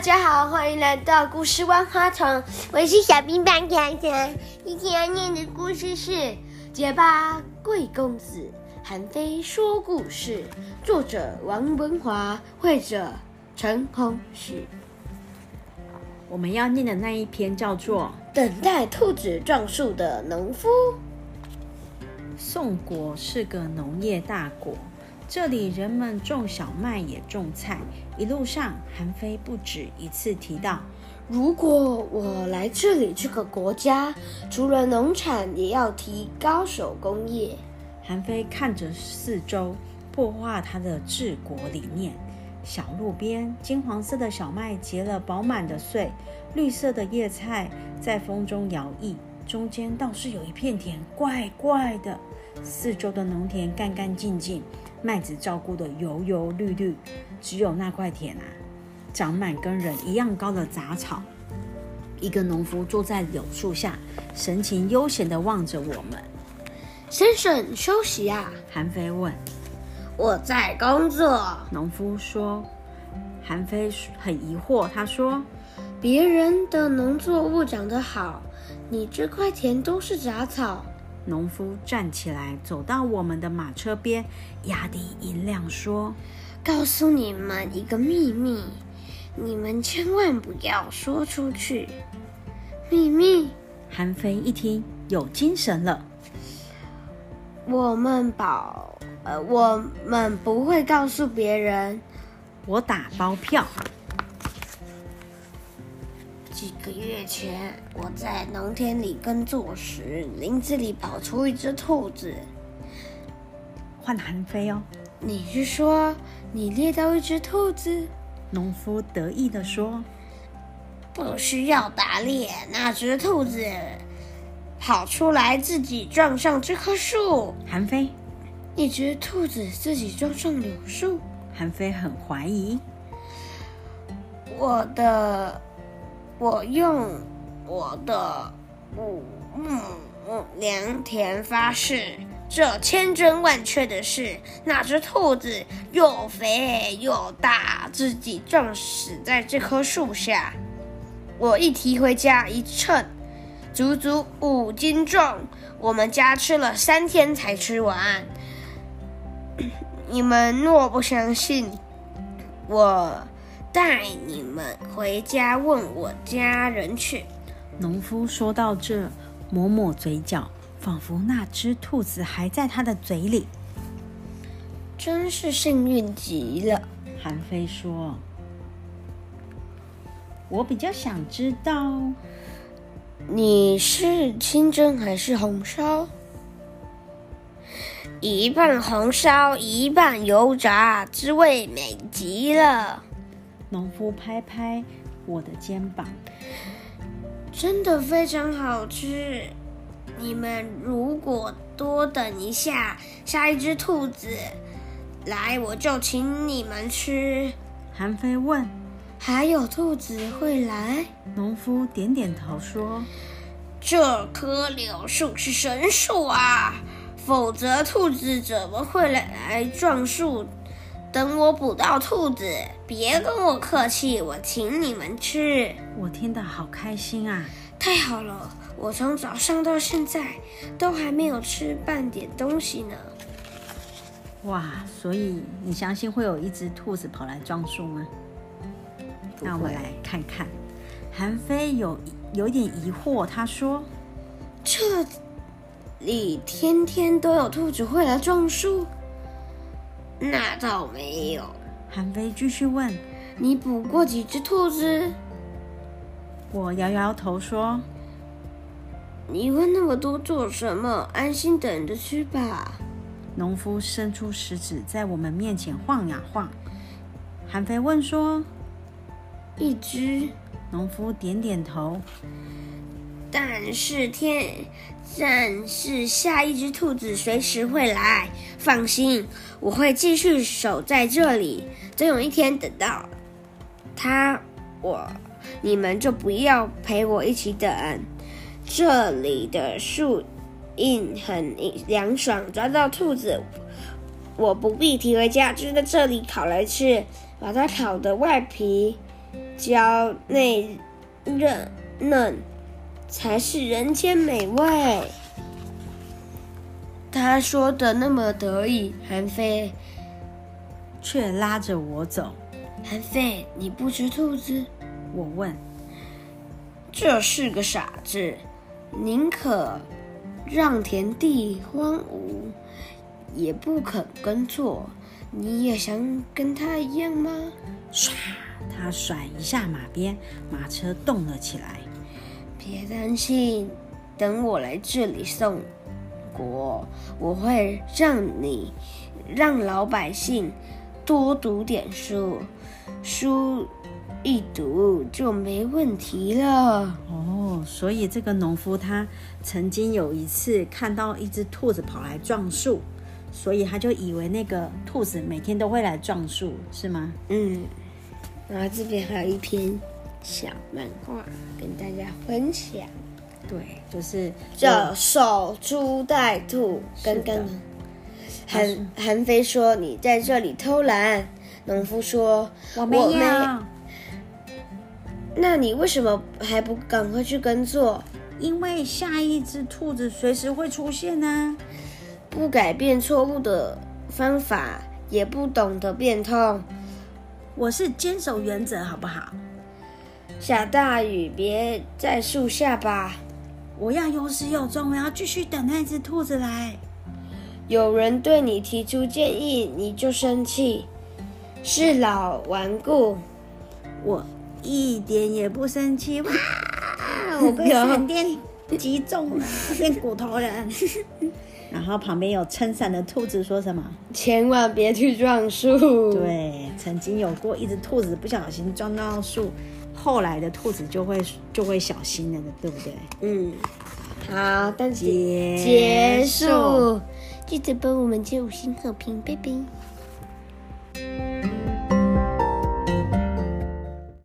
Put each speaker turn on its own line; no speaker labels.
家好，欢迎来到故事万花筒，
我是小冰棒糖糖。今天要念的故事是《
结巴贵公子》，韩非说故事，作者王文华，绘者陈宏史。
我们要念的那一篇叫做
等待兔子撞树的农夫。
宋国是个农业大国，这里人们种小麦也种菜。一路上，韩非不止一次提到，
如果我来这里这个国家，除了农产，也要提高手工业。
韩非看着四周，破坏他的治国理念。小路边，金黄色的小麦结了饱满的穗，绿色的叶菜在风中摇曳，中间倒是有一片田，怪怪的。四周的农田干干净净，麦子照顾得油油绿绿，只有那块田啊，长满跟人一样高的杂草。一个农夫坐在柳树下，神情悠闲地望着我们。
先生休息啊，
韩非问
我在工作，
农夫说，韩非很疑惑，他说
别人的农作物长得好，你这块田都是杂草。
农夫站起来，走到我们的马车边，压低音量说
告诉你们一个秘密，你们千万不要说出去。秘密，：“
韩非一听有精神了。
我们保，呃，我们不会告诉别人。
我打包票。
几个月前，我在农田里耕作时，林子里跑出一只兔子。”
换韩非哦，
你是说你猎到一只兔子？
农夫得意地说
不需要打猎，那只兔子跑出来自己撞上这棵树。：“
韩非。
一只兔子自己撞上柳树？”
韩非很怀疑。
我的，我用我的五亩良田发誓，这千真万确的事，那只兔子又肥又大，自己撞死在这棵树下。我一提回家一称，足足五斤重，我们家吃了三天才吃完。你们若不相信，我带你们回家问我家人去。
农夫说到这，抹抹嘴角，仿佛那只兔子还在他的嘴里。
真是幸运极了。
韩非说：“我比较想知道
你是清蒸还是红烧？
一半红烧，一半油炸，滋味美极了。
农夫拍拍我的肩膀，
真的非常好吃。你们如果多等一下，下一只兔子来，我就请你们吃。
韩非问
还有兔子会来？
农夫，点点头说
这棵柳树是神树啊，否则兔子怎么会来撞树？等我捕到兔子，别跟我客气，我请你们吃。：“
我听得好开心啊
太好了，我从早上到现在都还没有吃半点东西呢。！”
哇，所以你相信会有一只兔子跑来撞树吗？那我们来看看。韩非有有一点疑惑，他说
这里天天都有兔子会来撞树，
那倒没有，：“
韩非继续问。
你捕过几只兔子？”
我摇摇头说
你问那么多做什么？安心等着去吧。：“
农夫伸出食指在我们面前晃呀晃。”韩非问说
一只，：“
农夫点点头。
但是天，但是下一只兔子随时会来。放心，我会继续守在这里，总有一天等到它，我你们就不要陪我一起等。这里的树荫很凉爽，抓到兔子，我不必提回家，就在这里烤来吃，把它烤的外皮
焦内韧嫩，才是人间美味。
他说的那么得意，韩非，
却拉着我走。
韩非，你不吃兔子？
我问
这是个傻子，
宁可让田地荒芜，也不肯耕作。你也想跟他一样吗？
他甩一下马鞭，马车动了起来。
别担心，等我来这里送果，我会让你让老百姓多读点书，书一读就没问题了。
哦，所以这个农夫他曾经有一次看到一只兔子跑来撞树，所以他就以为那个兔子每天都会来撞树，是吗？
嗯，然后这边还有一篇小漫画跟大家分享，
对，就是
叫《守株待兔》，
是
跟
的
刚刚韩韩非说你在这里偷懒，农夫说
我没有，
那你为什么还不赶快去耕作？
因为下一只兔子随时会出现啊呢、
不改变错误的方法，也不懂得变通。
我是坚守原则，好不好？
下大雨，别在树下吧。
我要有始有终，我要继续等那只兔子来。
有人对你提出建议，你就生气，是老顽固。
我一点也不生气，哇！我被闪电击中了，变骨头人。 然后旁边有撑伞的兔子说什么？
千万别去撞树。，
对，曾经有过一只兔子不小心撞到树，后来的兔子就会就会小心了的，对不对？
嗯，好，但结
结
结束，记得帮我们接五星好评，拜拜。